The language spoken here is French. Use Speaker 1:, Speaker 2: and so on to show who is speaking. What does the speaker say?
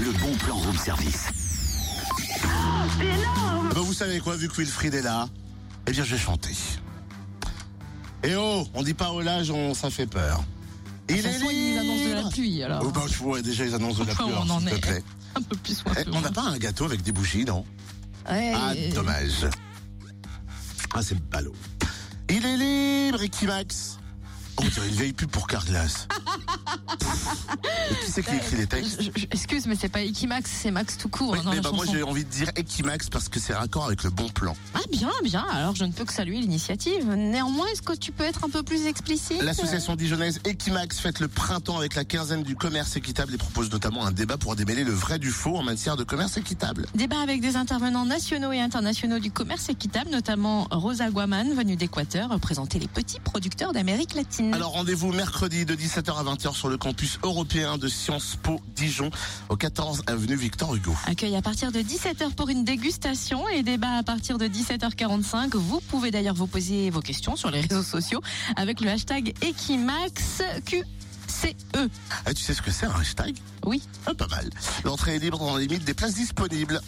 Speaker 1: le bon plan room service.
Speaker 2: Oh,
Speaker 3: Bah, vous savez quoi, vu que Wilfried est là, eh bien je vais chanter. Eh oh, on dit pas au large, on, ça fait peur. Il
Speaker 2: De toute
Speaker 3: est
Speaker 2: façon, il annonce de la
Speaker 3: libre
Speaker 2: pluie, alors.
Speaker 3: Oh bah je vois déjà les annonces de la
Speaker 2: Enfin,
Speaker 3: pluie,
Speaker 2: on
Speaker 3: alors,
Speaker 2: en
Speaker 3: s'il te
Speaker 2: est.
Speaker 3: plaît.
Speaker 2: Un peu plus
Speaker 3: Eh,
Speaker 2: soif.
Speaker 3: on n'a pas un gâteau avec des bougies, non
Speaker 2: Ouais. euh,
Speaker 3: Ah, dommage. Ah, c'est ballot. Il est libre, Equimax. Oh, On dirait une vieille pub pour Carglass. Pff, mais qui c'est qui écrit les textes
Speaker 2: Je- je- je- excuse, mais c'est pas Equimax, c'est Max tout court.
Speaker 3: Oui,
Speaker 2: hein, dans
Speaker 3: mais
Speaker 2: la
Speaker 3: bah, moi
Speaker 2: chanson.
Speaker 3: j'ai envie de dire Equimax parce que c'est raccord avec le bon plan.
Speaker 2: Ah bien, bien. Alors je ne peux que saluer l'initiative. Néanmoins, est-ce que tu peux être un peu plus explicite
Speaker 3: L'association dijonnaise Equimax fête le printemps avec la quinzaine du commerce équitable et propose notamment un débat pour démêler le vrai du faux en matière de commerce équitable.
Speaker 2: Débat avec des intervenants nationaux et internationaux du commerce équitable, notamment Rosa Guaman, venue d'Équateur, présenter les petits producteurs d'Amérique latine.
Speaker 3: Alors rendez-vous mercredi de 17h à 20h sur le campus européen de Sciences Po Dijon au 14 avenue Victor Hugo.
Speaker 2: Accueil à partir de 17h pour une dégustation et débat à partir de 17h45. Vous pouvez d'ailleurs vous poser vos questions sur les réseaux sociaux avec le hashtag EquimaxQCE.
Speaker 3: Ah, tu sais ce que c'est un hashtag
Speaker 2: Oui.
Speaker 3: Ah, Pas mal. L'entrée est libre dans les limites des places disponibles.